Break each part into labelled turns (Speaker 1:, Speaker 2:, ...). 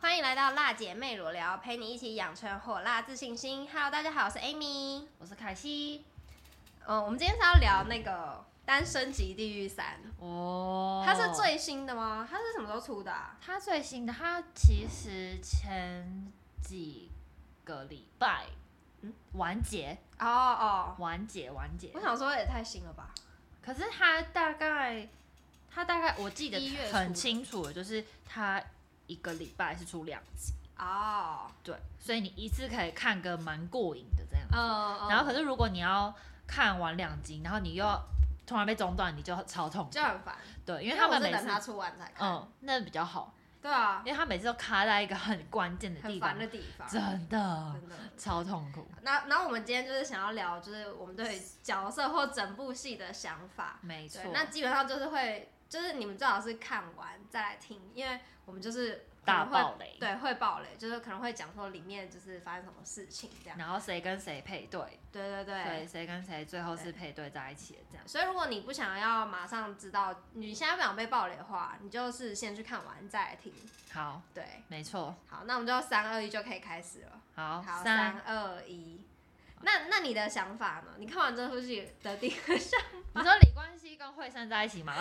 Speaker 1: 欢迎来到辣姐妹裸聊，陪你一起养成火辣自信心。Hello，大家好，我是 Amy。
Speaker 2: 我是凯西。
Speaker 1: 嗯，我们今天是要聊那个《单身级地狱三》
Speaker 2: 哦
Speaker 1: 它是最新的吗？它是什么时候出的、啊？
Speaker 2: 它最新的，它其实前几个礼拜，嗯，完结，
Speaker 1: 哦哦，
Speaker 2: 完结，完结
Speaker 1: 我。想说也太新了吧？
Speaker 2: 可是它大概，它大概我记得
Speaker 1: 一月初的
Speaker 2: 很清楚的，就是它一个礼拜是出两集，
Speaker 1: 哦，
Speaker 2: 对，所以你一次可以看个蛮过瘾的这样。
Speaker 1: 嗯，嗯
Speaker 2: 然后可是如果你要看完两集，然后你又要突然被中断，你就超痛苦。
Speaker 1: 就很烦，
Speaker 2: 对，因为他
Speaker 1: 我
Speaker 2: 们
Speaker 1: 是
Speaker 2: 每
Speaker 1: 等它
Speaker 2: 次，
Speaker 1: 出完才看。
Speaker 2: 嗯，那比较好。
Speaker 1: 对啊，
Speaker 2: 因为他每次都卡在一个很关键的
Speaker 1: 很
Speaker 2: 地方
Speaker 1: 烦，的地方，
Speaker 2: 真的
Speaker 1: 真的。
Speaker 2: 超痛苦。
Speaker 1: 那然后我们今天就是想要聊，就是我们对角色或整部戏的想法。
Speaker 2: 没错
Speaker 1: 对，，那基本上就是会，就是你们最好是看完再来听，因为我们就是可
Speaker 2: 大
Speaker 1: 能会
Speaker 2: 爆雷，
Speaker 1: 对，会爆雷，就是可能会讲说里面就是发生什么事情这样。
Speaker 2: 然后谁跟谁配对，
Speaker 1: 对啊对对。
Speaker 2: 对，谁跟谁最后是配对在一起的这样。
Speaker 1: 所以，如果你不想要马上知道，你现在不想被爆雷的话，你就是先去看完再来听。
Speaker 2: 好，
Speaker 1: 对，
Speaker 2: 没错，
Speaker 1: 好，那我们就三二一就可以开始了。
Speaker 2: 好，
Speaker 1: 好，
Speaker 2: 三
Speaker 1: 三二一。那那你的想法呢？你看完这部戏的第一个想
Speaker 2: 你说李冠希跟惠珊在一起 吗？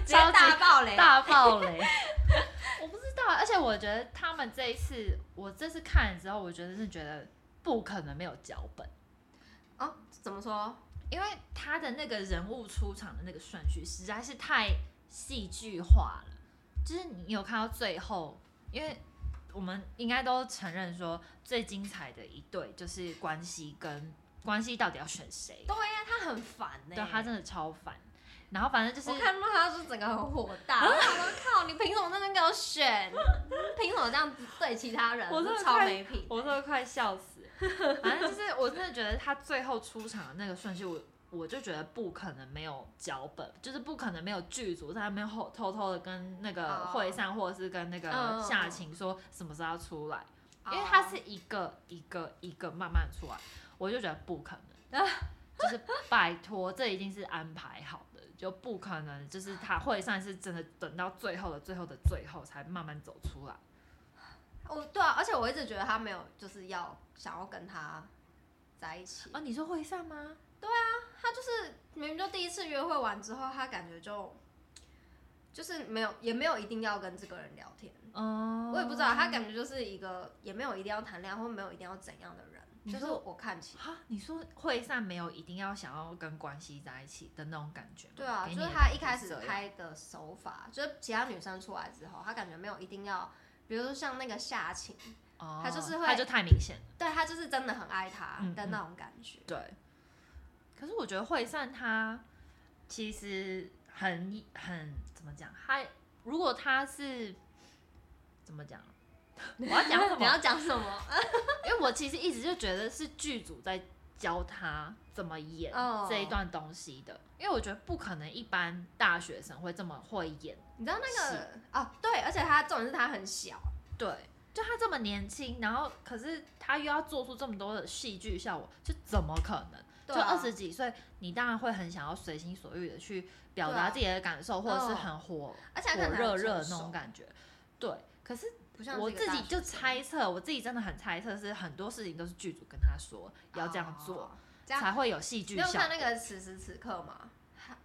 Speaker 1: 直接
Speaker 2: 超级
Speaker 1: 大爆雷，
Speaker 2: 大 爆雷，我不知道。而且我觉得他们这一次，我这次看了之后，我觉得是觉得不可能没有脚本，
Speaker 1: 哦，怎么说？
Speaker 2: 因为他的那个人物出场的那个顺序实在是太戏剧化了。就是你有看到最后，因为我们应该都承认说，最精彩的一对就是关系跟关系到底要选谁，
Speaker 1: 对呀、他很烦呢、
Speaker 2: 对他真的超烦。然后反正就是啊
Speaker 1: 我看到他就整个很火大，我想说靠，你凭什么在那边给我 选？凭什么这样子对其他人？
Speaker 2: 我真的
Speaker 1: 超
Speaker 2: 快
Speaker 1: 没品。
Speaker 2: 我真的快笑 死了。反正就是，我真的觉得他最后出场的那个顺序，我我就觉得不可能没有脚本，就是不可能没有剧组在那边后偷偷的跟那个
Speaker 1: 哦
Speaker 2: 会上或者是跟那
Speaker 1: 嗯嗯
Speaker 2: 个
Speaker 1: 嗯哦
Speaker 2: 夏晴说什么时候要出来，因为他是一个一个一个慢慢出来，我就觉得不可 能，就是拜托，这一定是安排好的。就不可能，就是他会上是真的等到最后的最后的最后才慢慢走出来。
Speaker 1: 哦，对啊，而且我一直觉得他没有就是要想要跟他在一起，
Speaker 2: 哦，你说会上吗？
Speaker 1: 他就是明明就第一次约会完之后，他感觉就就是没有也没有一定要跟这个人聊天，
Speaker 2: 嗯，
Speaker 1: 我也不知道，他感觉就是一个也没有一定要谈恋爱或没有一定要怎样的人，
Speaker 2: 你
Speaker 1: 就是
Speaker 2: 说
Speaker 1: 我看起来。
Speaker 2: 哈，你说会上没有一定要想要跟关系在一起的那种感觉吗？
Speaker 1: 对啊，
Speaker 2: 给
Speaker 1: 就
Speaker 2: 你
Speaker 1: 是
Speaker 2: 的
Speaker 1: 他
Speaker 2: 感
Speaker 1: 一
Speaker 2: 觉
Speaker 1: 开
Speaker 2: 是
Speaker 1: 始
Speaker 2: 这样，
Speaker 1: 拍的手法，就是其他女生出来之后，他感觉没有一定要，比如说像那个夏晴，
Speaker 2: 哦、
Speaker 1: 他就是
Speaker 2: 他
Speaker 1: 会
Speaker 2: 就太明显了。
Speaker 1: 对他就是真的很爱他
Speaker 2: 嗯
Speaker 1: 的那种感觉。
Speaker 2: 对，可是我觉得会上他其实很很怎么讲？他如果他是怎么 讲？我要讲什
Speaker 1: 你
Speaker 2: 么？
Speaker 1: 要讲什么？呃
Speaker 2: 因为我其实一直就觉得是剧组在教他怎么演
Speaker 1: 哦
Speaker 2: 这一段东西的，因为我觉得不可能一般大学生会这么会演。
Speaker 1: 你知道那个哦，对，而且他重点是他很小，
Speaker 2: 对，就他这么年轻，然后可是他又要做出这么多的戏剧效果，就怎么可能？
Speaker 1: 对
Speaker 2: 就
Speaker 1: 啊
Speaker 2: 二十几岁，你当然会很想要随心所欲的去表
Speaker 1: 对啊
Speaker 2: 达自己的感受，或者是
Speaker 1: 嗯
Speaker 2: 很火、
Speaker 1: 而且他
Speaker 2: 火
Speaker 1: 看起来
Speaker 2: 热
Speaker 1: 很
Speaker 2: 热的
Speaker 1: 成
Speaker 2: 那
Speaker 1: 熟
Speaker 2: 种感觉。对，可是
Speaker 1: 不像是
Speaker 2: 我
Speaker 1: 一个
Speaker 2: 自
Speaker 1: 大
Speaker 2: 己就
Speaker 1: 学生
Speaker 2: 猜测，我自己真的很猜测，是很多事情都是剧组跟他说要这样做，，
Speaker 1: 哦这样
Speaker 2: 才会有戏剧
Speaker 1: 你有
Speaker 2: 效
Speaker 1: 看。那个此时此刻吗？他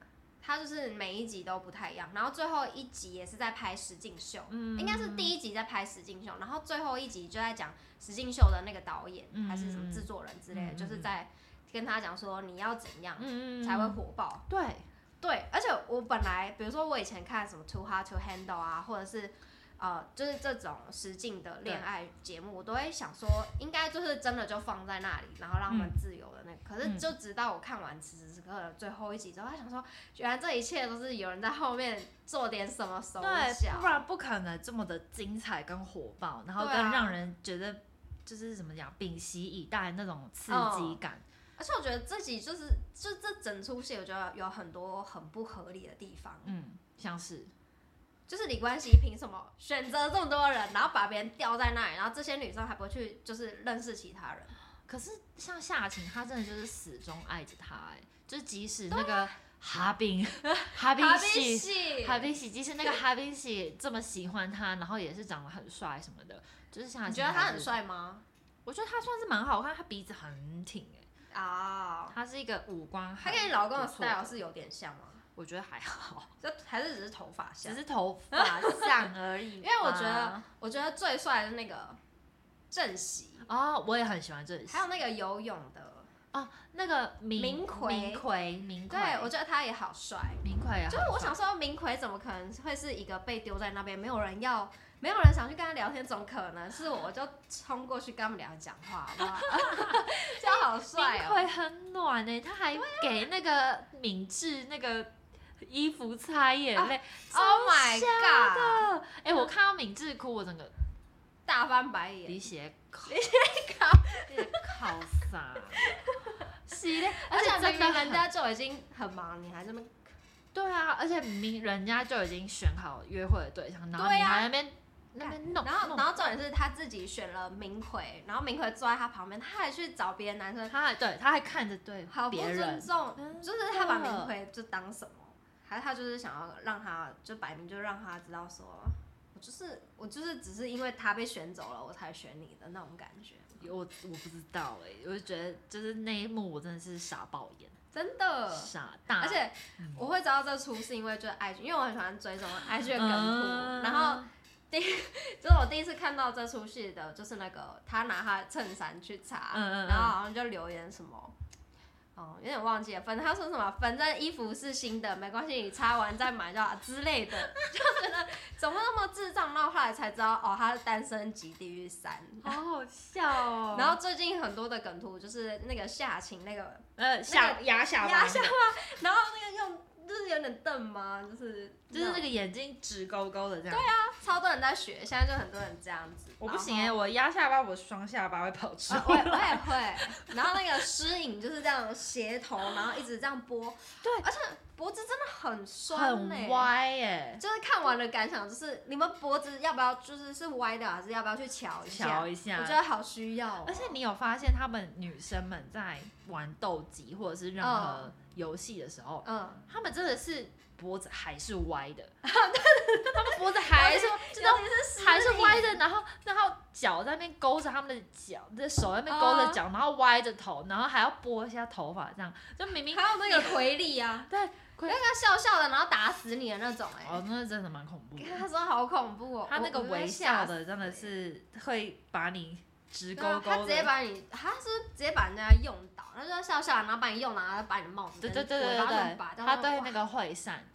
Speaker 1: 他就是每一集都不太一样，然后最后一集也是在拍实境秀，
Speaker 2: 嗯
Speaker 1: 应该是第一集在拍实境秀，然后最后一集就在讲实境秀的那个导演、
Speaker 2: 嗯
Speaker 1: 还是什么制作人之类的，
Speaker 2: 嗯嗯
Speaker 1: 就是在跟他讲说你要怎样
Speaker 2: 嗯
Speaker 1: 才会火爆。
Speaker 2: 对，
Speaker 1: 对，而且我本来比如说我以前看什么 Too Hard to Handle 啊，或者是呃，就是这种实境的恋爱节目，我都会想说，应该就是真的就放在那里，然后让我们自由的那个。可是
Speaker 2: 嗯
Speaker 1: 就直到我看完此时此刻的最后一集之后，他想说，原来这一切都是有人在后面做点什么手
Speaker 2: 对，
Speaker 1: 脚
Speaker 2: 不。然不可能这么的精彩跟火爆，然后
Speaker 1: 对
Speaker 2: 跟
Speaker 1: 啊
Speaker 2: 让人觉得就是怎么讲，屏息以待那种刺激感。
Speaker 1: 而且我觉得这集就是，就这整出戏，我觉得有很多很不合理的地方。
Speaker 2: 嗯，像是
Speaker 1: 就是李冠希凭什么选择这么多人，然后把别人吊在那里，然后这些女生还不去就是认识其他人？啊
Speaker 2: 可是像夏晴，她真的就是始终爱着他、哎，就是即使那个哈 宾， 哈宾系
Speaker 1: 系
Speaker 2: 哈宾喜，即使那个哈宾喜这么喜欢他，然后也是长得很帅什么的，就是想
Speaker 1: 你觉得他很？帅吗？
Speaker 2: 我觉得他算是蛮好看，他鼻子很挺哎、
Speaker 1: 啊、
Speaker 2: 他是一个五官
Speaker 1: 他
Speaker 2: 很，
Speaker 1: 跟你老公的
Speaker 2: 不错的
Speaker 1: style 是有点像吗？
Speaker 2: 我觉得还好，
Speaker 1: 这还是只是头发像
Speaker 2: 只？是啊头发像而已
Speaker 1: 因
Speaker 2: 吧。
Speaker 1: 为我觉得，我觉得最帅的那个郑喜，
Speaker 2: 哦，我也很喜欢这里，
Speaker 1: 还有那个游泳的，
Speaker 2: 哦那个明
Speaker 1: 明奎
Speaker 2: 明奎明奎，
Speaker 1: 对我觉得他也好帅。
Speaker 2: 明奎也好
Speaker 1: 就是我
Speaker 2: 帅
Speaker 1: 想说，明奎怎么可能会是一个被丢在那边，没有人要，没有人想去跟他聊天，总可能是我，我就冲过去跟他们俩讲话，好不 好？这样好帅
Speaker 2: 明
Speaker 1: 哦！啊
Speaker 2: 奎很暖呢、欸他还给那个敏智那个衣服擦眼泪、超
Speaker 1: Oh my
Speaker 2: 香
Speaker 1: god！
Speaker 2: 的哎、我看到敏智哭，我整个
Speaker 1: 大翻白眼，
Speaker 2: 鼻血口，鼻血口，鼻靠啥？系列，
Speaker 1: 而且
Speaker 2: 真
Speaker 1: 明
Speaker 2: 的
Speaker 1: 明
Speaker 2: 很
Speaker 1: 人家就已经很忙，你还这么
Speaker 2: 对啊，而且明明人家就已经选好约会的对象，然后
Speaker 1: 对
Speaker 2: 你
Speaker 1: 啊
Speaker 2: 还在那边、那边弄，
Speaker 1: 然后，
Speaker 2: 弄
Speaker 1: 然后重点是他自己选了明奎，然后明奎坐在他旁边，他还去找别的男生，
Speaker 2: 他还对他还看着对
Speaker 1: 好不
Speaker 2: 别
Speaker 1: 尊
Speaker 2: 人，
Speaker 1: 重，
Speaker 2: 真
Speaker 1: 就是他把
Speaker 2: 的
Speaker 1: 明奎就当什么，还是他就是想要让他就摆明就让他知道说，我就是我就是只是因为他被选走了，我才选你的那种感觉，
Speaker 2: 我我不知道哎、我就觉得就是那一幕我真的是傻爆眼，
Speaker 1: 真的。
Speaker 2: 傻大，
Speaker 1: 呃而且
Speaker 2: 嗯
Speaker 1: 我会知道这出是因为就是 IG，因为我很喜欢追踪 IG 的梗图，
Speaker 2: 嗯
Speaker 1: 然后就是我第一次看到这出戏的，就是那个他拿他的衬衫去查，
Speaker 2: 嗯嗯嗯
Speaker 1: 然后好像就留言什么，哦、有点忘记了，反正他说什么，反正衣服是新的，没关系，你擦完再买就好之类的， 就觉得怎么那么智障？然后后来才知道，哦，他是单身级地狱三。
Speaker 2: 好好笑哦
Speaker 1: 然后最近很多的梗图就是那个夏晴那个，
Speaker 2: 呃下压下巴，
Speaker 1: 压下然后那个用就是有点瞪吗？就是
Speaker 2: 就是那
Speaker 1: 那
Speaker 2: 个眼睛直勾勾的这样。对啊，
Speaker 1: 种超多人在学，现在就很多人这样子。
Speaker 2: 我不行
Speaker 1: 然后
Speaker 2: 哎、我压下巴，我双下巴会跑出来。
Speaker 1: 啊我也我也会。然后那个诗颖就是这样斜头，然后一直这样拨，
Speaker 2: 对
Speaker 1: 而且脖子真的很酸嘞、
Speaker 2: 很歪哎、
Speaker 1: 就是看完的感想就是，你们脖子要不要就是是歪的，还是要不要去瞧一下
Speaker 2: 瞧？一下
Speaker 1: 我觉。得好需要、哦。
Speaker 2: 而且你有发现，他们女生们在玩斗鸡或者是任何游戏的时候，
Speaker 1: 嗯，
Speaker 2: 她们真的是脖子还是歪 的，她们脖子还 是
Speaker 1: 这
Speaker 2: 真的
Speaker 1: 是
Speaker 2: 还是歪的，然后然后脚在那边勾着他们的脚，这手在那边勾着脚，然后歪着头，然后还要拨一下头发，这样就明明
Speaker 1: 还有那个回力啊，
Speaker 2: 对
Speaker 1: 那个笑笑的，然后打死你的那种、哎、
Speaker 2: 哦，那真的蛮恐怖的。
Speaker 1: 他说好恐怖哦，
Speaker 2: 他那 个
Speaker 1: 我
Speaker 2: 微
Speaker 1: 我被
Speaker 2: 笑
Speaker 1: 吓死欸
Speaker 2: 的真的是会把你直
Speaker 1: 对啊
Speaker 2: 勾
Speaker 1: 他
Speaker 2: 勾
Speaker 1: 直接
Speaker 2: 的，
Speaker 1: 把你，他是不是直接把人家用倒，他就笑笑，然后把你用倒，然后把你的帽子
Speaker 2: 对
Speaker 1: 跟
Speaker 2: 对对对
Speaker 1: 尾巴
Speaker 2: 对
Speaker 1: 乱拔，掉
Speaker 2: 他对那
Speaker 1: 哇
Speaker 2: 个会善，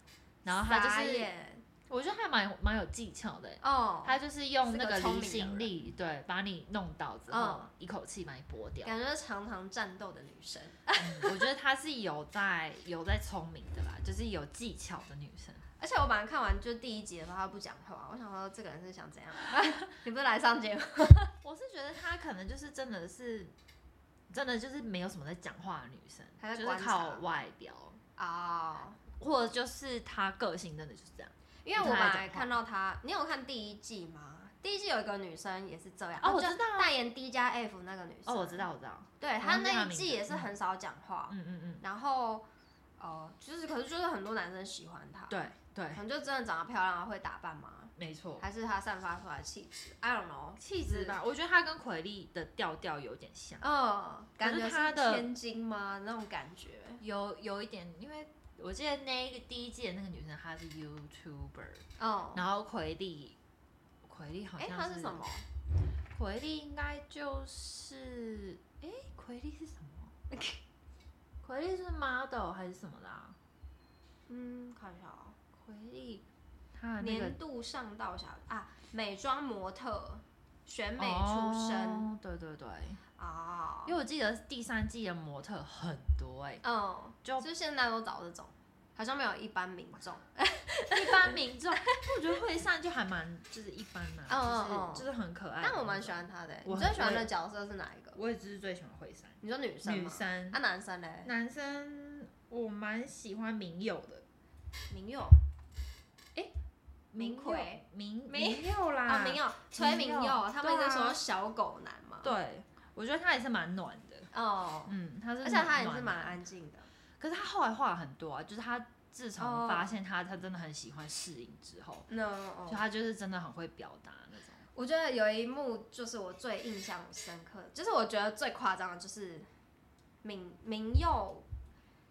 Speaker 2: 然后他
Speaker 1: 傻
Speaker 2: 就是，
Speaker 1: 眼
Speaker 2: 我觉得还蛮蛮有技巧的，
Speaker 1: 哦，
Speaker 2: 他就是用
Speaker 1: 是
Speaker 2: 那
Speaker 1: 个
Speaker 2: 个
Speaker 1: 聪
Speaker 2: 离
Speaker 1: 明的
Speaker 2: 心
Speaker 1: 人
Speaker 2: 力，对，把你弄倒之后
Speaker 1: 嗯，
Speaker 2: 一口气把你剥 掉。
Speaker 1: 感觉是常常战斗的女生，
Speaker 2: 嗯我觉得她是有在有在聪明的啦，就是有技巧的女生。
Speaker 1: 而且我本来看完就第一集的时候，她不讲话，我想说这个人是想怎样？ 你不是来上节 目？
Speaker 2: 我是觉得她可能就是真的是，真的就是没有什么在讲话的女生
Speaker 1: 还，在
Speaker 2: 就是
Speaker 1: 观察
Speaker 2: 靠外表，
Speaker 1: 哦，
Speaker 2: 或者就是她个性真的就是这样。
Speaker 1: 因为我
Speaker 2: 不
Speaker 1: 本
Speaker 2: 太爱
Speaker 1: 来
Speaker 2: 讲话
Speaker 1: 看到她，你有看第一季吗？第一季有一个女生也是这样，
Speaker 2: 哦我
Speaker 1: 就
Speaker 2: 知道啊
Speaker 1: 代言 D 加 F 那个女生，
Speaker 2: 哦，我知，道，我知道。
Speaker 1: 对
Speaker 2: 我
Speaker 1: 她
Speaker 2: 忘记她
Speaker 1: 那一
Speaker 2: 名
Speaker 1: 季
Speaker 2: 字
Speaker 1: 也是很少讲话，
Speaker 2: 嗯嗯嗯，
Speaker 1: 然后呃，就是可是就是很多男生喜欢她，
Speaker 2: 对对
Speaker 1: 可，能就真的长得漂亮，会打扮吗？
Speaker 2: 没错，嗯
Speaker 1: 还是她散发出来的气质？I don't know，
Speaker 2: 气质吧，我觉得她跟奎丽的调调有点像，
Speaker 1: 嗯，感觉
Speaker 2: 可
Speaker 1: 是
Speaker 2: 是她的
Speaker 1: 千金吗？那种感觉。
Speaker 2: 有有一点，因为我记得那一个第一季的那个女生她是 YouTuber，
Speaker 1: 嗯，
Speaker 2: 然后奎丽，奎丽好
Speaker 1: 哎、
Speaker 2: 像
Speaker 1: 她是什？么？
Speaker 2: 奎丽应该就是，哎、奎丽是什么？ 奎丽是 model 还是什么啦？
Speaker 1: 嗯，看一下哦、
Speaker 2: 奎丽，她啊的那个
Speaker 1: 年度上到小啊，美妆模特，选美
Speaker 2: 哦
Speaker 1: 出身
Speaker 2: 对对对，
Speaker 1: 啊。
Speaker 2: 哦因为我记得第三季的模特很多哎、
Speaker 1: 嗯，
Speaker 2: 就
Speaker 1: 就现在都找这种，好像没有一般民众。
Speaker 2: 一般民众， 我觉得惠善就还蛮就是一般嘛、
Speaker 1: 嗯嗯嗯
Speaker 2: 就是就是很可爱。
Speaker 1: 但我蛮喜，欢她的、
Speaker 2: 哎
Speaker 1: 欸
Speaker 2: 我
Speaker 1: 你
Speaker 2: 很
Speaker 1: 最喜欢的角色是哪一个？
Speaker 2: 我也只是最喜欢惠善
Speaker 1: 你说女生
Speaker 2: 女
Speaker 1: 吗？
Speaker 2: 生，
Speaker 1: 啊，男生嘞？
Speaker 2: 男生我蛮喜欢明佑的，
Speaker 1: 明佑明
Speaker 2: 佑
Speaker 1: 奎
Speaker 2: 明
Speaker 1: 明
Speaker 2: 明佑啦，
Speaker 1: 啊，明佑，崔明
Speaker 2: 明
Speaker 1: 佑
Speaker 2: 佑，
Speaker 1: 他们一直
Speaker 2: 对啊
Speaker 1: 说小狗男嘛。
Speaker 2: 对，我觉得他也是蛮暖的，
Speaker 1: 哦，
Speaker 2: 嗯，他是
Speaker 1: 而且他也
Speaker 2: 暖
Speaker 1: 是
Speaker 2: 男
Speaker 1: 蛮安静的。
Speaker 2: 可是他后来画了很多啊，就是他自
Speaker 1: 哦哦
Speaker 2: 从发现他、他真的很喜欢适应之后，
Speaker 1: 那、
Speaker 2: 就他就是真的很会表达那种。
Speaker 1: 我觉得有一幕就是我最印象深刻，就是我觉得最夸张的就是明明佑，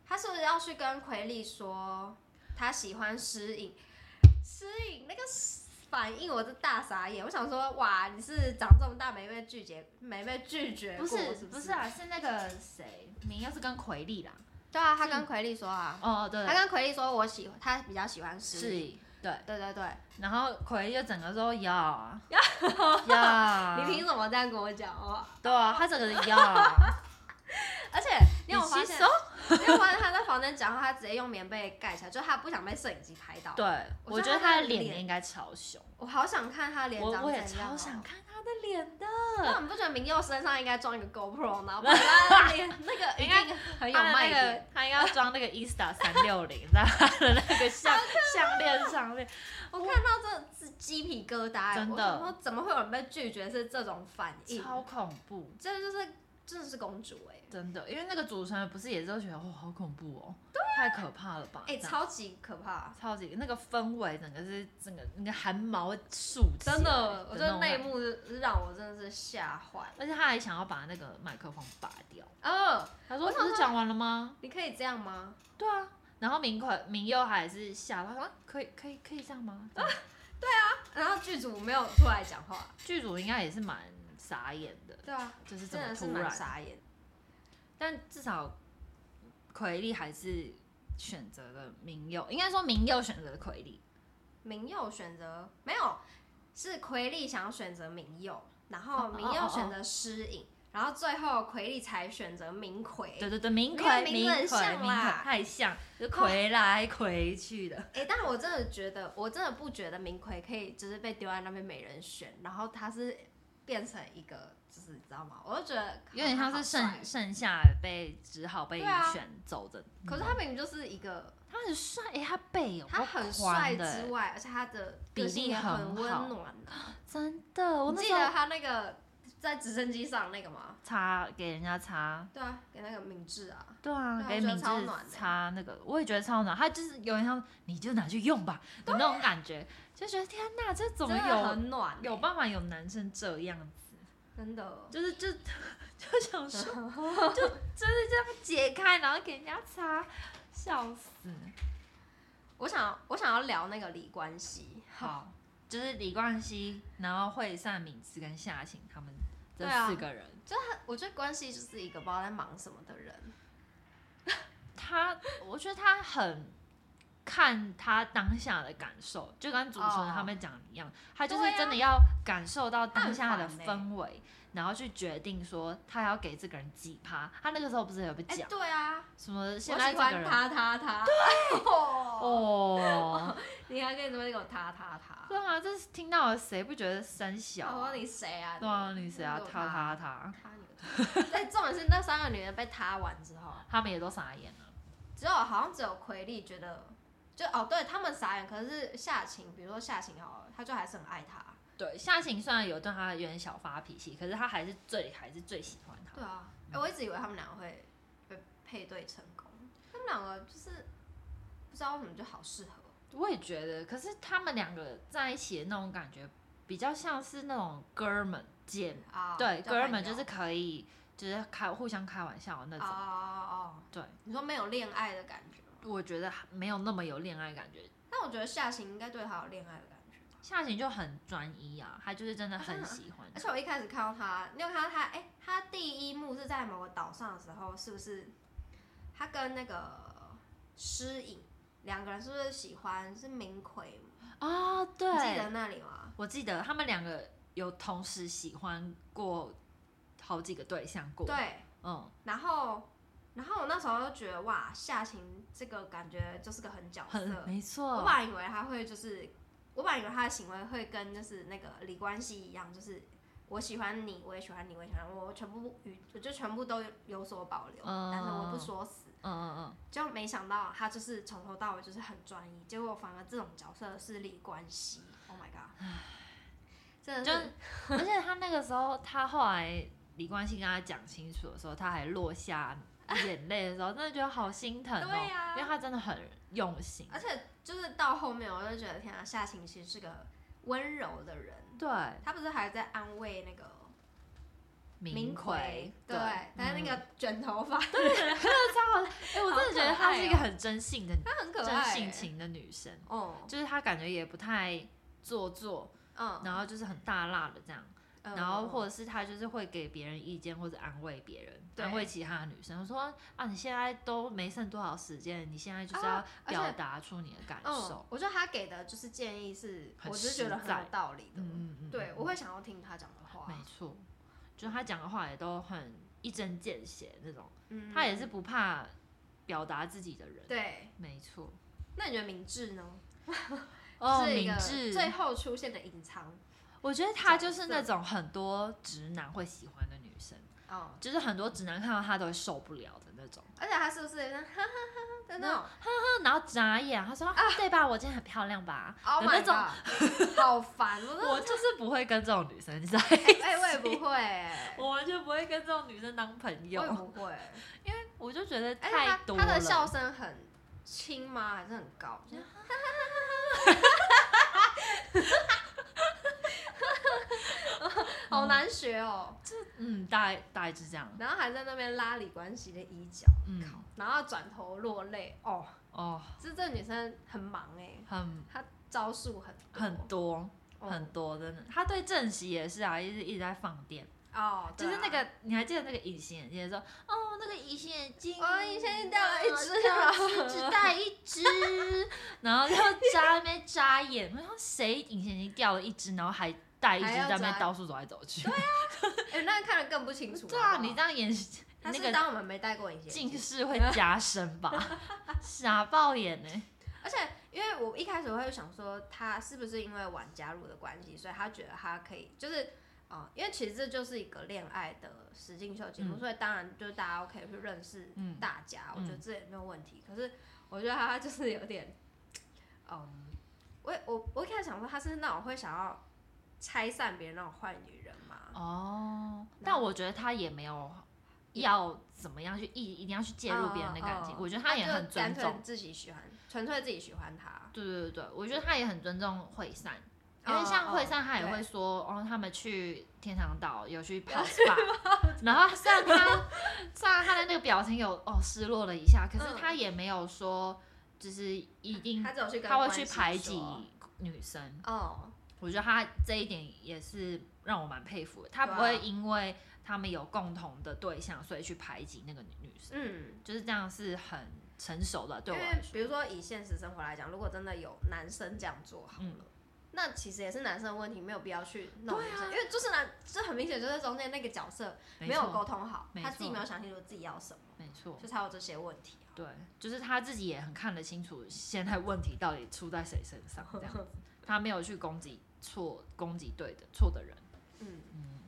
Speaker 1: 他是不是要去跟奎丽说他喜欢诗颖？诗颖那个反应我是大傻眼，我想说哇，你是长这么大没被拒绝，没被拒绝过
Speaker 2: 不是
Speaker 1: 是
Speaker 2: 不
Speaker 1: 是
Speaker 2: 是啊，是那个谁，明佑是跟奎丽啦。
Speaker 1: 对啊，他跟奎丽说啊，
Speaker 2: 哦，对
Speaker 1: 他，跟奎丽说我喜他比较喜欢诗颖，
Speaker 2: 是，对。
Speaker 1: 对对对，
Speaker 2: 然后奎丽就整个 说要要，
Speaker 1: 你凭什么这样跟我讲哦？
Speaker 2: 对啊，他整个是要，
Speaker 1: 而且 你有没有发
Speaker 2: 吸
Speaker 1: 现
Speaker 2: 收？
Speaker 1: 因为我发现他在房间讲话，他直接用棉被盖起来，就他不想被摄影机拍到。
Speaker 2: 对，
Speaker 1: 我
Speaker 2: 我
Speaker 1: 觉
Speaker 2: 觉
Speaker 1: 得
Speaker 2: 得
Speaker 1: 他
Speaker 2: 他
Speaker 1: 的
Speaker 2: 的脸
Speaker 1: 脸
Speaker 2: 应该超凶，
Speaker 1: 我好想看他脸
Speaker 2: 我
Speaker 1: 长怎样、哦啊
Speaker 2: 我也超想。看他的脸的，
Speaker 1: 那你不觉得明佑身上应该装一个 GoPro，然后把他的 脸那个应
Speaker 2: 应该
Speaker 1: 该很
Speaker 2: 很
Speaker 1: 有
Speaker 2: 有
Speaker 1: 卖
Speaker 2: 卖
Speaker 1: 点？
Speaker 2: 点。他应该要装那个 Insta 三六零在他的那个项项链上 面，
Speaker 1: 我看到这是鸡皮疙瘩、欸，
Speaker 2: 真的
Speaker 1: 我想说怎么会有人被拒绝是这种反应？
Speaker 2: 超恐怖。
Speaker 1: 这就是真的是公主哎、
Speaker 2: 真的，因为那个主持人不是也是都觉得哇、好恐怖哦，太可怕了吧？
Speaker 1: 啊哎、
Speaker 2: 这样
Speaker 1: 超级可怕，
Speaker 2: 超级那个氛围，整个是整个那个汗毛竖起来
Speaker 1: 真的，我觉
Speaker 2: 那
Speaker 1: 得
Speaker 2: 种
Speaker 1: 那一
Speaker 2: 感觉，
Speaker 1: 幕是让我真的是吓坏了。
Speaker 2: 而且他还想要把那个麦克风拔掉，
Speaker 1: 哦，
Speaker 2: 他说
Speaker 1: 我想
Speaker 2: 不是讲完了吗？
Speaker 1: 你可以这样吗？
Speaker 2: 对啊，然后明奎明佑还是吓到，他说啊可以可以可以这样 吗？这样
Speaker 1: 然后剧组没有出来讲话，
Speaker 2: 剧组应该也是蛮傻眼的，
Speaker 1: 对啊，
Speaker 2: 就是这
Speaker 1: 真
Speaker 2: 么
Speaker 1: 的是
Speaker 2: 突
Speaker 1: 蛮
Speaker 2: 然，
Speaker 1: 傻眼。
Speaker 2: 但至少奎丽还是选择了明佑，应该说明佑选择了奎丽，
Speaker 1: 明佑选择没有，是奎丽想要选择明佑，然后
Speaker 2: 哦哦
Speaker 1: 明佑选择诗颖，然后最后奎丽才选择明奎。
Speaker 2: 对对对，明奎
Speaker 1: 没有名
Speaker 2: 明
Speaker 1: 字
Speaker 2: 奎
Speaker 1: 很像
Speaker 2: 明奎
Speaker 1: 啦哦
Speaker 2: 太像，就奎来奎去的，
Speaker 1: 哎、但我真的觉得，我真的不觉得明奎可以就是被丢在那边没人选，然后他是变成一个就是你知道吗？我就觉得
Speaker 2: 有点像
Speaker 1: 他
Speaker 2: 是
Speaker 1: 好
Speaker 2: 剩
Speaker 1: 帅哦
Speaker 2: 剩下被只好被
Speaker 1: 对啊
Speaker 2: 选走的。
Speaker 1: 可是他明明就是一个
Speaker 2: 他很帅，哎、他背有
Speaker 1: 他
Speaker 2: 够
Speaker 1: 很
Speaker 2: 宽
Speaker 1: 帅
Speaker 2: 的
Speaker 1: 之
Speaker 2: 欸
Speaker 1: 外，而且他的
Speaker 2: 比
Speaker 1: 个性
Speaker 2: 例
Speaker 1: 也
Speaker 2: 很
Speaker 1: 很温
Speaker 2: 好
Speaker 1: 暖啊、
Speaker 2: 真的，我
Speaker 1: 你
Speaker 2: 那
Speaker 1: 记
Speaker 2: 时
Speaker 1: 得
Speaker 2: 候
Speaker 1: 他那个在直升机上那个吗？
Speaker 2: 擦给人家擦，
Speaker 1: 对啊，给那个敏智啊，对
Speaker 2: 对啊
Speaker 1: 啊，
Speaker 2: 给
Speaker 1: 我觉得
Speaker 2: 敏智
Speaker 1: 超暖的
Speaker 2: 擦那个，我也觉得超暖。他就是有点像，你就拿去用吧，的那种感觉，就觉得天哪，这怎么
Speaker 1: 啊真的
Speaker 2: 有
Speaker 1: 很暖欸、
Speaker 2: 有办法有男生这样子？
Speaker 1: 真的，
Speaker 2: 就是就 就 想说，就就是这样解开，然后给人家擦，笑死。
Speaker 1: 我想我想要聊那个李冠希，
Speaker 2: 好，就是李冠希，然后惠善、敏智跟夏晴他们这
Speaker 1: 对啊
Speaker 2: 四个人，
Speaker 1: 他我觉得冠希就是一个不知道在忙什么的人，
Speaker 2: 他我觉得他很。看他当下的感受，就跟主持人
Speaker 1: 哦
Speaker 2: 他们讲一样他就
Speaker 1: 对
Speaker 2: 是
Speaker 1: 啊
Speaker 2: 真的要感受到当下的
Speaker 1: 他很欸
Speaker 2: 氛围，然后去决定说他要给这个人几趴。他那个时候不是有被
Speaker 1: 哎、
Speaker 2: 讲、
Speaker 1: 对啊，
Speaker 2: 什么
Speaker 1: 我
Speaker 2: 现
Speaker 1: 喜
Speaker 2: 在这个
Speaker 1: 欢
Speaker 2: 人
Speaker 1: 他他他，对，哦，
Speaker 2: 哦，
Speaker 1: 你还可以怎么给我他他他，
Speaker 2: 对啊，这是听到了谁不觉得三小、
Speaker 1: 我
Speaker 2: 啊
Speaker 1: 说？你谁啊？
Speaker 2: 对啊，你谁啊
Speaker 1: 给？我
Speaker 2: 他
Speaker 1: 他
Speaker 2: 他他，
Speaker 1: 他 你个头，但重点是那三个女人被他完之后，
Speaker 2: 他们也都傻眼了。
Speaker 1: 只有好像只有奎丽觉得，就哦对他们傻眼，可是夏晴，比如说夏晴好了，他就还是很爱他，
Speaker 2: 对，夏晴虽然有对他有点小发脾气，可是他还是最还是最喜欢他。
Speaker 1: 对啊，哎、我一直以为他们两个会会配对成功，他们两个就是不知道为什么就好适合。
Speaker 2: 我也觉得，可是他们两个在一起的那种感觉，比较像是那种哥们姐，
Speaker 1: 啊，
Speaker 2: 对，
Speaker 1: 交朋友
Speaker 2: 哥们就是可以就是开互相开玩笑的那
Speaker 1: 哦
Speaker 2: 种。
Speaker 1: 哦哦，
Speaker 2: 对，
Speaker 1: 你说没有恋爱的感觉吗？
Speaker 2: 我觉得没有那么有恋爱感觉。
Speaker 1: 但我觉得夏晴应该对他有恋爱的感觉吧。
Speaker 2: 夏晴就很专一啊，她就是真的
Speaker 1: 啊真
Speaker 2: 很
Speaker 1: 的
Speaker 2: 喜欢
Speaker 1: 而且我一开始看到他，你有看到他？哎、他第一幕是在某个岛上的时候，是不是？他跟那个诗颖两个人是不是喜欢是明奎？
Speaker 2: 啊、哦，
Speaker 1: 你
Speaker 2: 对，
Speaker 1: 记得那里吗？
Speaker 2: 我记得他们两个有同时喜欢过好几个对象过。，
Speaker 1: 对，
Speaker 2: 嗯，
Speaker 1: 然后，然后我那时候就觉得哇，夏晴这个感觉就是个狠角色。
Speaker 2: 很没
Speaker 1: 我本
Speaker 2: 错，
Speaker 1: 来以为他会就是，我本来以为他的行为会跟就是那个李冠希一样，就是我喜欢你，我也喜欢你，我也喜欢我，全部与我就全部都有所保留，
Speaker 2: 嗯
Speaker 1: 但是我不说死。
Speaker 2: 嗯嗯
Speaker 1: 就没想到他就是从头到尾就是很专一，结果反而这种角色是李冠希。Oh my god！真的
Speaker 2: 嗯，就是 而且他那个时候，他后来李冠希跟他讲清楚的时候，他还落下眼泪的时候，真的觉得好心疼哦、
Speaker 1: 对呀
Speaker 2: 因为他真的很用心，
Speaker 1: 而且就是到后面，我就觉得天啊，夏晴其实是个温柔的人，
Speaker 2: 对，
Speaker 1: 她不是还在安慰那个明
Speaker 2: 奎
Speaker 1: 奎，，对，嗯但是那个 卷头发，
Speaker 2: 嗯 超好，哎、我真的觉得她是一个
Speaker 1: 好可爱
Speaker 2: 很真性的、
Speaker 1: 她很可
Speaker 2: 真
Speaker 1: 爱，欸
Speaker 2: 性，情的女生，
Speaker 1: 哦，
Speaker 2: 就是她感觉也不太做作，
Speaker 1: 嗯，
Speaker 2: 然后就是很大辣的这样，
Speaker 1: 嗯
Speaker 2: 然后或者是她就是会给别人意见或者安慰别人，
Speaker 1: 对
Speaker 2: 安慰其他的女生，说啊你现在都没剩多少时间，你现在就是要
Speaker 1: 啊而且
Speaker 2: 表达出你的感
Speaker 1: 嗯
Speaker 2: 受，，
Speaker 1: 我觉得他给的就是建议是，
Speaker 2: 很
Speaker 1: 我是觉得
Speaker 2: 实
Speaker 1: 很
Speaker 2: 在
Speaker 1: 有道理的，
Speaker 2: 嗯嗯嗯，
Speaker 1: 对
Speaker 2: 嗯
Speaker 1: 我会想要听他讲的话，
Speaker 2: 没错，就她讲的话也都很一针见血那种，
Speaker 1: 嗯，
Speaker 2: 她也是不怕表达自己的人，
Speaker 1: 对。
Speaker 2: 没错，
Speaker 1: 那你觉得明智呢？
Speaker 2: 哦，
Speaker 1: 是一
Speaker 2: 明
Speaker 1: 个
Speaker 2: 智，
Speaker 1: 最后出现的隐藏
Speaker 2: 我觉得她就是那种很多直男会喜欢的女生，
Speaker 1: 哦，
Speaker 2: 就是很多直男看到她都会受不了的那种。
Speaker 1: 而且他是不是有点哈哈哈哈的那种
Speaker 2: 嗯然后眨眼，她说：“啊、对吧？我今天很漂亮吧？”
Speaker 1: Oh
Speaker 2: 的
Speaker 1: my
Speaker 2: 那种，
Speaker 1: god，好 烦！我说，
Speaker 2: 我就是不会跟这种女生在，
Speaker 1: 哎、我也不会、哎
Speaker 2: 我完全不会跟这种女生当朋
Speaker 1: 我也
Speaker 2: 友，
Speaker 1: 不会。
Speaker 2: 因为我就觉得
Speaker 1: 而且
Speaker 2: 太
Speaker 1: 他
Speaker 2: 多了。
Speaker 1: 他哎的笑声很轻吗？还是很 高？就是好难学哦。
Speaker 2: 嗯，大概大概是这样。
Speaker 1: 然后还在那边拉李冠希的衣角，
Speaker 2: 嗯，
Speaker 1: 靠！然后转头落泪，哦，
Speaker 2: 哦，
Speaker 1: 这这女生很忙哎、
Speaker 2: 很
Speaker 1: 招数很多
Speaker 2: 很多
Speaker 1: 哦
Speaker 2: 很多，真的。她对正喜也是啊，一直一直在放电。
Speaker 1: 哦，
Speaker 2: 就是那
Speaker 1: 对啊
Speaker 2: 个，你还记得那个隐形眼镜说，哦，那个隐形眼镜，
Speaker 1: 哦隐形眼镜戴了一只啊
Speaker 2: 戴了 一只只戴一只，然后就扎那边扎眼，然后谁隐形眼镜掉了一只，然后还戴一只
Speaker 1: 还要
Speaker 2: 在那边
Speaker 1: 扎
Speaker 2: 到处走来走去，对啊，
Speaker 1: 哎、那看得更不清楚。好不好
Speaker 2: 你这样眼
Speaker 1: 啊他
Speaker 2: 那
Speaker 1: 是
Speaker 2: 个
Speaker 1: 当我们没戴过隐形
Speaker 2: 近
Speaker 1: 眼镜，
Speaker 2: 视会加深吧， 傻爆眼欸呢、
Speaker 1: 而且因为我一开始会想说他是不是因为晚加入的关系，所以他觉得他可以就是啊、呃因为其实这就是一个恋爱的实境秀节目，
Speaker 2: 嗯
Speaker 1: 所以当然就是大家 OK 去认识
Speaker 2: 嗯
Speaker 1: 大家，
Speaker 2: 嗯
Speaker 1: 我觉得这也没有问题。可是我觉得他就是有点，嗯，我也我我一开始想说他是那种会想要拆散别人那种坏女人嘛，
Speaker 2: 哦，但我觉得他也没有要怎么样去一一定要去介入别人的感情，
Speaker 1: 哦
Speaker 2: 我觉得他也
Speaker 1: 就
Speaker 2: 很尊
Speaker 1: 单
Speaker 2: 重
Speaker 1: 纯。自己喜欢，纯粹自己喜欢他，
Speaker 2: 对对对，我觉得他也很尊重惠善，
Speaker 1: 哦
Speaker 2: 因为像惠善他也会说，哦，他们去天堂岛 有去跑 SPA，然后虽然他虽然他的那个表情有哦失落了一下，可是
Speaker 1: 嗯
Speaker 2: 他也没有说就是一定
Speaker 1: 他只有去跟
Speaker 2: 他会
Speaker 1: 关
Speaker 2: 去
Speaker 1: 系
Speaker 2: 排
Speaker 1: 说
Speaker 2: 挤女生，
Speaker 1: 哦，
Speaker 2: 我觉得他这一点也是让我蛮佩服的，他
Speaker 1: 对啊
Speaker 2: 不会因为他们有共同的对象，所以去排挤那个女女生，
Speaker 1: 嗯，
Speaker 2: 就是这样是很成熟的，对
Speaker 1: 因
Speaker 2: 我
Speaker 1: 为
Speaker 2: 来说，
Speaker 1: 比如说以现实生活来讲，如果真的有男生这样做好了，
Speaker 2: 嗯
Speaker 1: 那其实也是男生的问题，没有必要去弄
Speaker 2: 对
Speaker 1: 女
Speaker 2: 啊
Speaker 1: 生，因为就是男，这很明显就是中间那个角色没有
Speaker 2: 错
Speaker 1: 沟通好，
Speaker 2: 没
Speaker 1: 他自己
Speaker 2: 错
Speaker 1: 没有想清楚自己要什么，
Speaker 2: 没错，
Speaker 1: 就才有这些问题啊。
Speaker 2: 对，就是他自己也很看得清楚现在问题到底出在谁身上，这 样子，他没有去攻击错攻击对的错的人，
Speaker 1: 嗯，
Speaker 2: 嗯，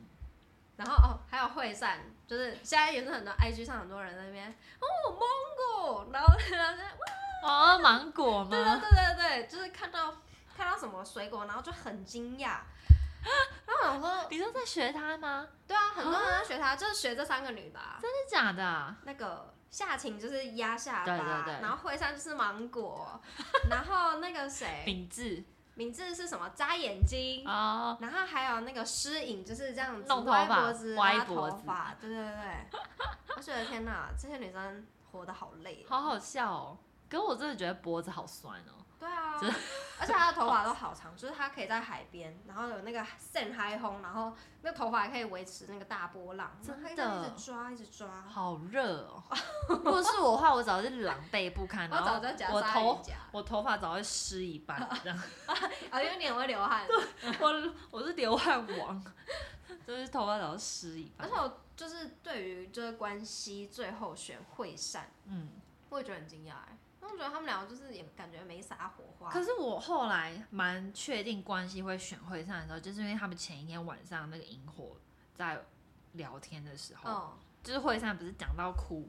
Speaker 1: 然后哦，还有会散，就是现在也是很多 IG 上很多人在那边哦我蒙古，然后然后在
Speaker 2: 哦，芒果
Speaker 1: 对啊对
Speaker 2: 吗？
Speaker 1: 对对对，就是看到看到什么水果，然后就很惊讶， 然后我想说，
Speaker 2: 你都在学他吗？
Speaker 1: 对啊，很多人在学他，就是学这三个女的、啊，
Speaker 2: 真的假的啊？
Speaker 1: 那个夏晴就是压下巴，
Speaker 2: 对对对
Speaker 1: 然后惠山就是芒 果，然后那个谁，
Speaker 2: 品质
Speaker 1: 敏智是什么扎眼睛，
Speaker 2: 哦，
Speaker 1: 然后还有那个诗颖就是这样子
Speaker 2: 弄头
Speaker 1: 歪
Speaker 2: 发
Speaker 1: 脖子、
Speaker 2: 歪
Speaker 1: 拉
Speaker 2: 脖
Speaker 1: 头
Speaker 2: 子
Speaker 1: 发，对对对，我觉得天哪，这些女生活得好累，啊
Speaker 2: 好好笑哦。可我真的觉得脖子好酸哦，
Speaker 1: 对啊
Speaker 2: 真，
Speaker 1: 而且她的头发都好长，就是她可以在海边，然后有那个扇嗨风，然后那个头发还可以维持那个大波浪，然后她
Speaker 2: 真
Speaker 1: 这样
Speaker 2: 的
Speaker 1: 一直抓一直抓，
Speaker 2: 好热 哦。如果是我的话，我早就狼狈不堪，
Speaker 1: 我
Speaker 2: 然后
Speaker 1: 早就夹
Speaker 2: 我
Speaker 1: 鲨
Speaker 2: 头
Speaker 1: 鱼夹，
Speaker 2: 我头发早就湿一半了这样。
Speaker 1: 啊，因为你很会流汗，
Speaker 2: 我我是流汗王，就是头发早就湿一
Speaker 1: 而
Speaker 2: 半
Speaker 1: 且。我就是对于就是关系最后选惠善，
Speaker 2: 嗯，
Speaker 1: 我也觉得很惊讶哎，因为我觉得他们俩就是也感觉没啥火花。
Speaker 2: 可是我后来蛮确定关系会选会上的时候，就是因为他们前一天晚上那个萤火在聊天的时候，
Speaker 1: 嗯，
Speaker 2: 就是会上不是讲到哭，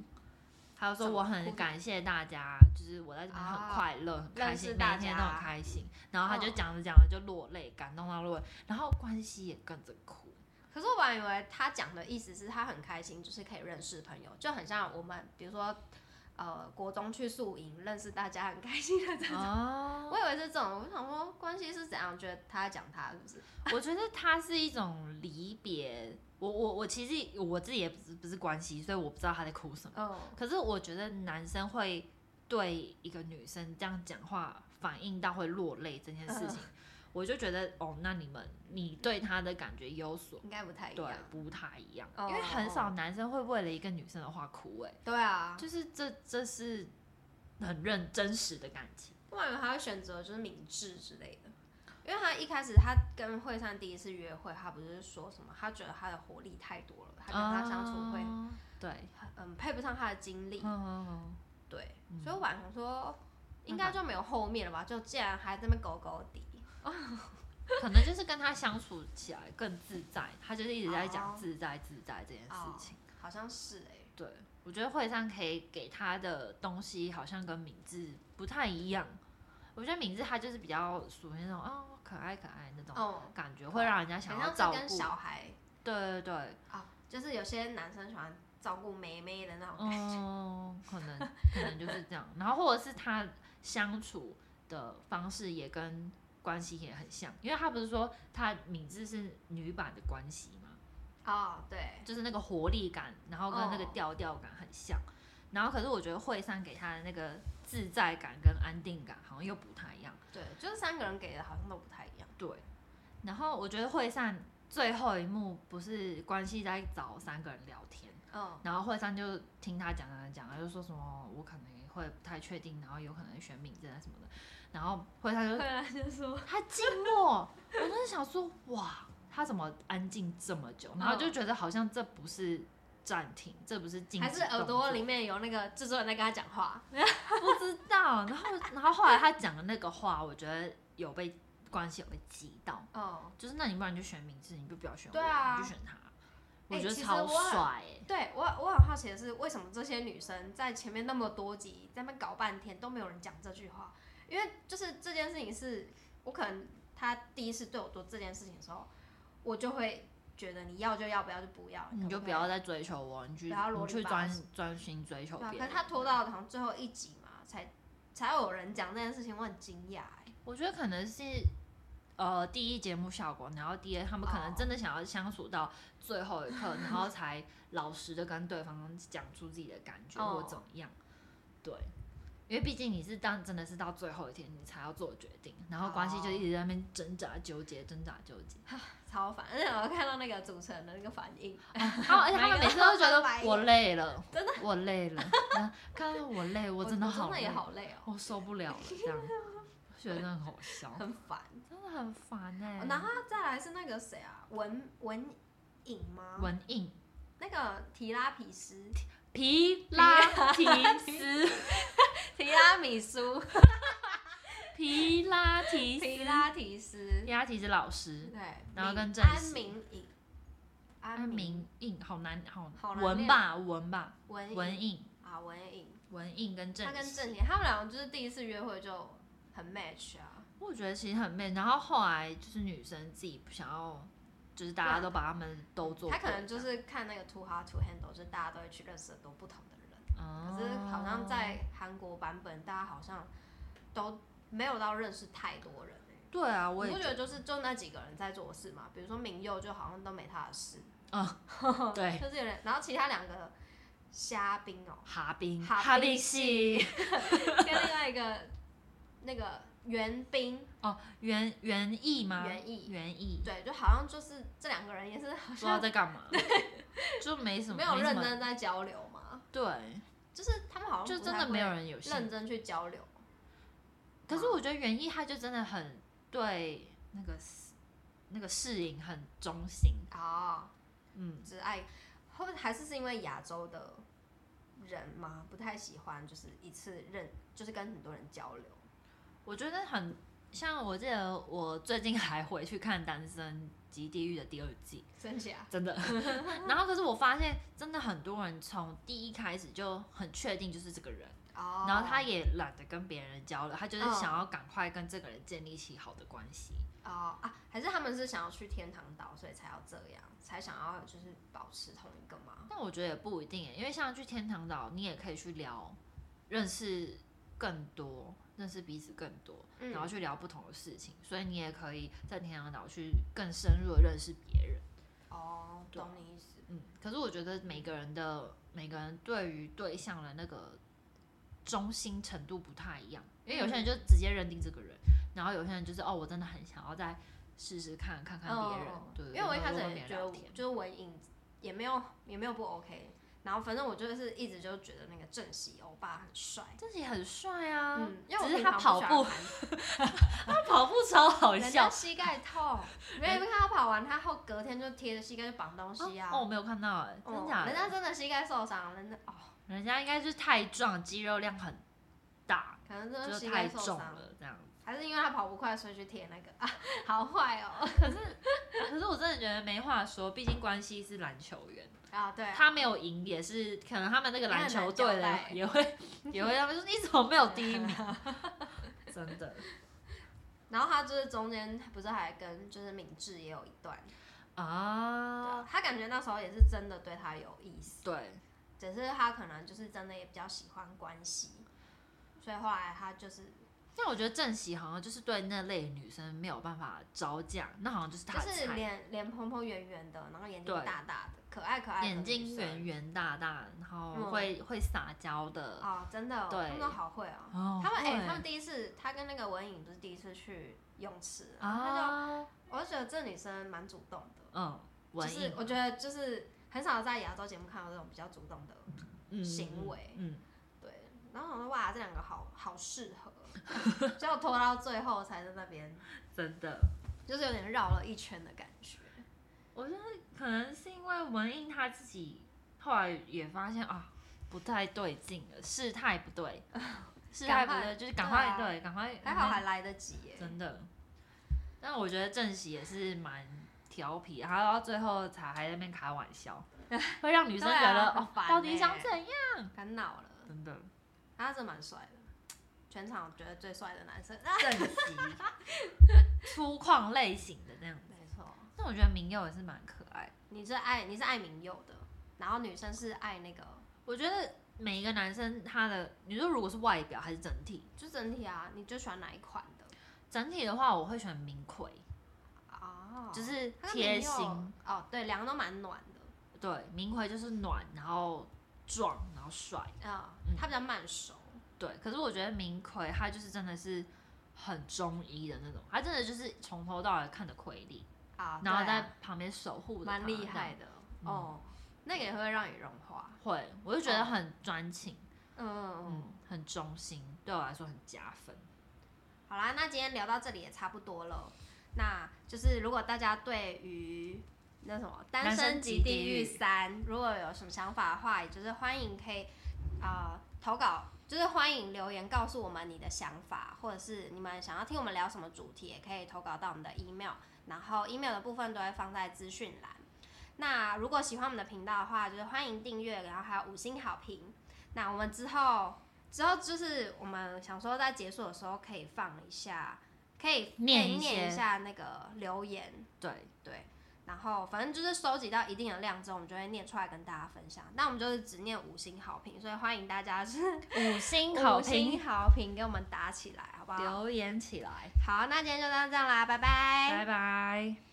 Speaker 2: 他就说
Speaker 1: 怎么
Speaker 2: 我
Speaker 1: 哭
Speaker 2: 很
Speaker 1: 的
Speaker 2: 感谢大家，就是我在这边很
Speaker 1: 啊
Speaker 2: 快乐、很开
Speaker 1: 认
Speaker 2: 心，
Speaker 1: 识
Speaker 2: 每
Speaker 1: 大
Speaker 2: 一天都很
Speaker 1: 家
Speaker 2: 开心。然后他就
Speaker 1: 嗯
Speaker 2: 讲着讲着就落泪，感动到落泪，然后关系也跟着哭。
Speaker 1: 可是我本来以为他讲的意思是他很开心，就是可以认识朋友，就很像我们比如说呃国中去宿营认识大家很开心的这种。
Speaker 2: 哦，
Speaker 1: 我以为是这种，我想说关系是怎样？觉得他在讲他是不是？
Speaker 2: 我觉得它是一种离别。我我我其实我自己也不是不是关系，所以我不知道他在哭什么。
Speaker 1: 哦，
Speaker 2: 可是我觉得男生会对一个女生这样讲话，反应到会落泪这件
Speaker 1: 嗯
Speaker 2: 事情，我就觉得哦，那你们你对他的感觉有所
Speaker 1: 应该不太一
Speaker 2: 对
Speaker 1: 样。
Speaker 2: 不太一样，
Speaker 1: 哦
Speaker 2: 因为很少男生会为了一个女生的话哭、哎，
Speaker 1: 对啊，
Speaker 2: 就是这这是很认真实的感情。
Speaker 1: 我以为他会选择就是明智之类的，因为他一开始他跟惠善第一次约会，他不是说什么？他觉得他的活力太多了，他跟他相处会
Speaker 2: 哦对，
Speaker 1: 嗯配不上他的精力
Speaker 2: 嗯。嗯嗯
Speaker 1: 对，
Speaker 2: 嗯
Speaker 1: 所以我晚上说应该就没有后面了吧？就既然还在那边狗狗底，
Speaker 2: 可能就是跟他相处起来更自在，他就是一直在讲
Speaker 1: 哦
Speaker 2: 自在自在这件事情。
Speaker 1: 好像是哎、
Speaker 2: 对，我觉得惠上可以给他的东西好像跟敏智不太一样。我觉得敏智他就是比较属于那种啊、哦、可爱可爱那种
Speaker 1: 哦，
Speaker 2: 感觉，会让人家想要
Speaker 1: 好像
Speaker 2: 照
Speaker 1: 是跟
Speaker 2: 顾。
Speaker 1: 小孩
Speaker 2: 对对对，
Speaker 1: 啊、就是有些男生喜欢照顾妹妹的那种感觉。
Speaker 2: 嗯，可能可能就是这样。然后或者是他相处的方式也跟关系也很像，因为他不是说他敏智是女版的关系嘛，
Speaker 1: 哦，对，
Speaker 2: 就是那个活力感，然后跟那个
Speaker 1: 哦
Speaker 2: 调调感很像。然后可是我觉得惠善给他的那个自在感跟安定感好像又不太一样。
Speaker 1: 对，就是三个人给的好像都不太一样。
Speaker 2: 对，然后我觉得惠善最后一幕不是关系在找三个人聊天，
Speaker 1: 嗯，
Speaker 2: 然后惠善就听他讲讲讲，他就说什么我可能也会不太确定，然后有可能选敏真啊什么的。然后惠善就
Speaker 1: 来啊就说，
Speaker 2: 他静默，我当时想说，哇，他怎么安静这么久？然后就觉得好像这不是暂停，这不是静止
Speaker 1: 还
Speaker 2: 动
Speaker 1: 是
Speaker 2: 作，
Speaker 1: 耳朵里面有那个制作人在跟他讲话。
Speaker 2: 不知道。然后，然后后来他讲的那个话，我觉得有被关系有被激到，
Speaker 1: 哦，
Speaker 2: 就是那你不然你就选明智，你就不要选我，
Speaker 1: 对啊
Speaker 2: 你就选他，哎我觉得
Speaker 1: 其实
Speaker 2: 超
Speaker 1: 我很
Speaker 2: 帅、欸。
Speaker 1: 对我我很好奇的是，为什么这些女生在前面那么多集在那边搞半天都没有人讲这句话？因为就是这件事情是我可能他第一次对我做这件事情的时候，我就会觉得你要就要，不要就不要，
Speaker 2: 你就啊不要再追求我，你去
Speaker 1: 不要萝
Speaker 2: 你
Speaker 1: 莉
Speaker 2: 去
Speaker 1: 吧
Speaker 2: 专专心追求
Speaker 1: 对、啊，
Speaker 2: 别
Speaker 1: 可
Speaker 2: 人嗯
Speaker 1: 是。他拖到好像最后一集嘛，才才有人讲这件事情，我很惊讶哎。
Speaker 2: 我觉得可能是呃第一节目效果，然后第二他们可能
Speaker 1: 哦
Speaker 2: 真的想要相处到最后一刻，然后才老实的跟对方讲出自己的感觉
Speaker 1: 哦
Speaker 2: 或怎么样。对，因为毕竟你是当真的是到最后一天你才要做决定，然后关系就
Speaker 1: 哦
Speaker 2: 一直在那边挣扎纠结，挣扎纠结。
Speaker 1: 超烦，而且我看到那个主持人的那个反应，
Speaker 2: 然后而且 他们每次都觉
Speaker 1: 每个人都
Speaker 2: 得
Speaker 1: 翻白眼
Speaker 2: 我累了，
Speaker 1: 真
Speaker 2: 的我累 了，看到我累，我真的好
Speaker 1: 真的
Speaker 2: 累，
Speaker 1: 也好累哦，
Speaker 2: 我受不了了，这 样觉得很好笑，
Speaker 1: 很欸烦。
Speaker 2: 真的很烦哎、
Speaker 1: 然后再来是那个谁啊，文文颖吗？
Speaker 2: 文印。
Speaker 1: 那个提拉皮斯，
Speaker 2: 皮拉提斯，
Speaker 1: 提拉米苏，
Speaker 2: 皮拉提 斯，
Speaker 1: 提拉提斯，
Speaker 2: 皮拉提斯老师，
Speaker 1: 对，
Speaker 2: 然后跟郑
Speaker 1: 安
Speaker 2: 熙
Speaker 1: 明颖，安
Speaker 2: 安
Speaker 1: 明
Speaker 2: 明印，好难，好
Speaker 1: 好难
Speaker 2: 文
Speaker 1: 念哦
Speaker 2: 吧，文吧，
Speaker 1: 文
Speaker 2: 文
Speaker 1: 文
Speaker 2: 印，
Speaker 1: 啊文颖，
Speaker 2: 文印跟郑
Speaker 1: 他跟
Speaker 2: 熙
Speaker 1: 郑贤他们两个就是第一次约会就很 match 啊，
Speaker 2: 我觉得其实很媚。然后后来就是女生自己不想要，就是大家都把他们都做过，
Speaker 1: 啊他可能就是看那个 Too Hard to Handle，就是大家都会去认识很多不同的人，
Speaker 2: 哦，
Speaker 1: 可是好像在韩国版本，大家好像都没有到认识太多人欸。
Speaker 2: 对啊，
Speaker 1: 我
Speaker 2: 我也
Speaker 1: 不觉得就是就那几个人在做事嘛，比如说明佑就好像都没他的事，
Speaker 2: 得对
Speaker 1: 就是有点，然后其他两个虾兵哦、
Speaker 2: 哈冰
Speaker 1: 哈
Speaker 2: 哈
Speaker 1: 冰
Speaker 2: 冰系
Speaker 1: 跟另外一个那个袁冰
Speaker 2: 哦，原原意吗？
Speaker 1: 袁艺，
Speaker 2: 原意，
Speaker 1: 对，就好像就是这两个人也是好
Speaker 2: 不知道
Speaker 1: 像
Speaker 2: 在干嘛，就没什么
Speaker 1: 没有
Speaker 2: 什
Speaker 1: 认
Speaker 2: 么
Speaker 1: 真在交流嘛，
Speaker 2: 对。
Speaker 1: 就是他们好像
Speaker 2: 就
Speaker 1: 不
Speaker 2: 真
Speaker 1: 太
Speaker 2: 的
Speaker 1: 会
Speaker 2: 没有人有兴
Speaker 1: 认真去交流。
Speaker 2: 可是我觉得园艺他就真的很对那个事那个适应很忠心，
Speaker 1: 啊、
Speaker 2: 嗯，
Speaker 1: 只爱后还是是因为亚洲的人嘛，不太喜欢就是一次认，就是跟很多人交流。
Speaker 2: 我觉得很像我记得我最近还回去看《单身及地狱》的第二季，
Speaker 1: 真假？
Speaker 2: 真的。然后可是我发现真的很多人从第一开始就很确定就是这个人，
Speaker 1: 哦，
Speaker 2: 然后他也懒得跟别人交流，他就是
Speaker 1: 嗯
Speaker 2: 想要赶快跟这个人建立起好的关系。
Speaker 1: 哦啊，还是他们是想要去天堂岛，所以才要这样，才想要就是保持同一个吗？
Speaker 2: 但我觉得也不一定欸耶，因为像去天堂岛，你也可以去聊，认识更多，认识彼此更多，
Speaker 1: 嗯
Speaker 2: 然后去聊不同的事情，所以你也可以在天堂岛去更深入的认识别人。
Speaker 1: 哦，
Speaker 2: 对
Speaker 1: 懂你意思。
Speaker 2: 嗯，可是我觉得每个人的每个人对于对象的那个忠心程度不太一样，因为有些人就
Speaker 1: 嗯
Speaker 2: 直接认定这个人，然后有些人就是哦，我真的很想要再试试看看看别人，
Speaker 1: 嗯
Speaker 2: 对，对
Speaker 1: 因为我一
Speaker 2: 对
Speaker 1: 开始
Speaker 2: 多跟
Speaker 1: 也
Speaker 2: 别人
Speaker 1: 觉得
Speaker 2: 聊
Speaker 1: 我
Speaker 2: 天
Speaker 1: 就是我影也没有也没有不 OK，然后反正我就是一直就觉得那个正熙欧巴很帅。
Speaker 2: 自己很帅啊，
Speaker 1: 嗯，因为我
Speaker 2: 只是
Speaker 1: 平
Speaker 2: 他
Speaker 1: 常不
Speaker 2: 跑
Speaker 1: 喜欢
Speaker 2: 步，
Speaker 1: 韩
Speaker 2: 他跑步超好
Speaker 1: 人
Speaker 2: 笑
Speaker 1: 家。膝盖痛， 没有你看他跑完，他后隔天就贴着膝盖去绑东西啊。
Speaker 2: 哦，我没有看到哎、
Speaker 1: 哦
Speaker 2: 真假的？
Speaker 1: 人家真的膝盖受伤，人家哦，
Speaker 2: 人家应该是太壮，肌肉量很大，
Speaker 1: 可能真
Speaker 2: 就
Speaker 1: 的
Speaker 2: 是
Speaker 1: 膝
Speaker 2: 太
Speaker 1: 盖受
Speaker 2: 重
Speaker 1: 伤，
Speaker 2: 了这样子。
Speaker 1: 还是因为他跑不快，所以去贴那个 啊，好坏哦。
Speaker 2: 可是我真的觉得没话说，毕竟关系是篮球员，
Speaker 1: 啊，对啊，
Speaker 2: 他没有赢也是可能他们那个篮球队
Speaker 1: 也很难交代
Speaker 2: 的也会 也会他们说你怎么没有第一名？ 真的
Speaker 1: 然后他就是中间不是还跟就是敏智也有一段，对
Speaker 2: 啊，
Speaker 1: 啊他感觉那时候也是真的对他有意思，
Speaker 2: 对，
Speaker 1: 只是他可能就是真的也比较喜欢关系，所以后来他就是
Speaker 2: 但我觉得郑喜好像就是对那类女生没有办法招架，那好像就是
Speaker 1: 就
Speaker 2: 他的
Speaker 1: 是
Speaker 2: 菜，
Speaker 1: 脸脸蓬蓬圆圆的，然后眼睛
Speaker 2: 对
Speaker 1: 大大的，可爱可爱的
Speaker 2: 眼睛
Speaker 1: 女生
Speaker 2: 圆圆大大，然后
Speaker 1: 嗯
Speaker 2: 会、会撒娇的。
Speaker 1: 哦，真的哦，
Speaker 2: 对
Speaker 1: 他们都好会哦。
Speaker 2: 哦
Speaker 1: 他们哎、
Speaker 2: 对
Speaker 1: 他们第一次，他跟那个文颖不是第一次去泳池，然后他就，
Speaker 2: 啊，
Speaker 1: 我就觉得这女生蛮主动的，
Speaker 2: 嗯，
Speaker 1: 就
Speaker 2: 文
Speaker 1: 是
Speaker 2: 艺
Speaker 1: 我觉得就是很少在亚洲节目看到这种比较主动的，
Speaker 2: 嗯
Speaker 1: 行为
Speaker 2: 嗯，
Speaker 1: 对。然后我说哇，这两个好好适合， 结果拖到最后才在那边，
Speaker 2: 嗯真的，
Speaker 1: 就是有点绕了一圈的感觉。
Speaker 2: 我觉得可能是因为文印他自己后来也发现啊，不太对劲了，事态不 对，事态不
Speaker 1: 赶
Speaker 2: 对，
Speaker 1: 快
Speaker 2: 就是赶快
Speaker 1: 对啊
Speaker 2: 对，赶快，嗯
Speaker 1: 还好还来得及耶，
Speaker 2: 真的。但我觉得郑喜也是蛮调皮，然后到最后才还在那边开玩 笑，会让女生
Speaker 1: 对啊
Speaker 2: 觉得、
Speaker 1: 很
Speaker 2: 哦
Speaker 1: 烦，
Speaker 2: 到底
Speaker 1: 欸
Speaker 2: 想怎样？
Speaker 1: 敢闹了。
Speaker 2: 真的，
Speaker 1: 他是蛮帅的，全场我觉得最帅的男生。
Speaker 2: 郑喜粗犷类型的那样。
Speaker 1: 没错，
Speaker 2: 但我觉得明佑也是蛮可爱的。
Speaker 1: 你是爱你是爱明佑的，然后女生是爱那个，
Speaker 2: 我觉得每一个男生他的，你说如果是外表还是整体，
Speaker 1: 就整体啊，你就喜欢哪一款的
Speaker 2: 整体的话，我会选明奎，
Speaker 1: 啊？
Speaker 2: 就
Speaker 1: 就是
Speaker 2: 是哦贴心，
Speaker 1: 哦，对，两个都蛮暖的
Speaker 2: 对，明奎就是暖，然后壮，然后帅，
Speaker 1: 啊
Speaker 2: 嗯，
Speaker 1: 他比较慢熟，
Speaker 2: 对。可是我觉得明奎他就是真的是很中医的那种，他真的就是从头到尾看着奎力，
Speaker 1: 啊，
Speaker 2: 然后
Speaker 1: 对啊
Speaker 2: 在旁边守护着他，
Speaker 1: 蛮厉害
Speaker 2: 这样。
Speaker 1: 的
Speaker 2: 嗯
Speaker 1: 哦，那个也会让你融化，
Speaker 2: 会，我就觉得很专情，
Speaker 1: 嗯，
Speaker 2: 嗯，很忠心，对我来说很加分。
Speaker 1: 好啦，那今天聊到这里也差不多了，那就是如果大家对于那什么《单
Speaker 2: 单身
Speaker 1: 身即
Speaker 2: 即地
Speaker 1: 地狱
Speaker 2: 狱
Speaker 1: 三》如果有什么想法的话，也就是欢迎可以啊、呃投稿，就是欢迎留言告诉我们你的想法，或者是你们想要听我们聊什么主题，也可以投稿到我们的 email，然后 email 的部分都会放在资讯栏。那如果喜欢我们的频道的话，就是欢迎订阅，然后还有五星好评。那我们之后之后就是我们想说在结束的时候可以放一下，可以
Speaker 2: 念
Speaker 1: 可以
Speaker 2: 一
Speaker 1: 念一
Speaker 2: 些
Speaker 1: 下那个留言，
Speaker 2: 对，
Speaker 1: 对，然后反正就是收集到一定的量之后，我们就会念出来跟大家分享。那我们就是只念五星好评，所以欢迎大家是
Speaker 2: 五星好
Speaker 1: 五星
Speaker 2: 评，
Speaker 1: 好评给我们打起来，好不好？
Speaker 2: 留言起来，
Speaker 1: 好，那今天就到这样啦，拜拜
Speaker 2: 拜拜。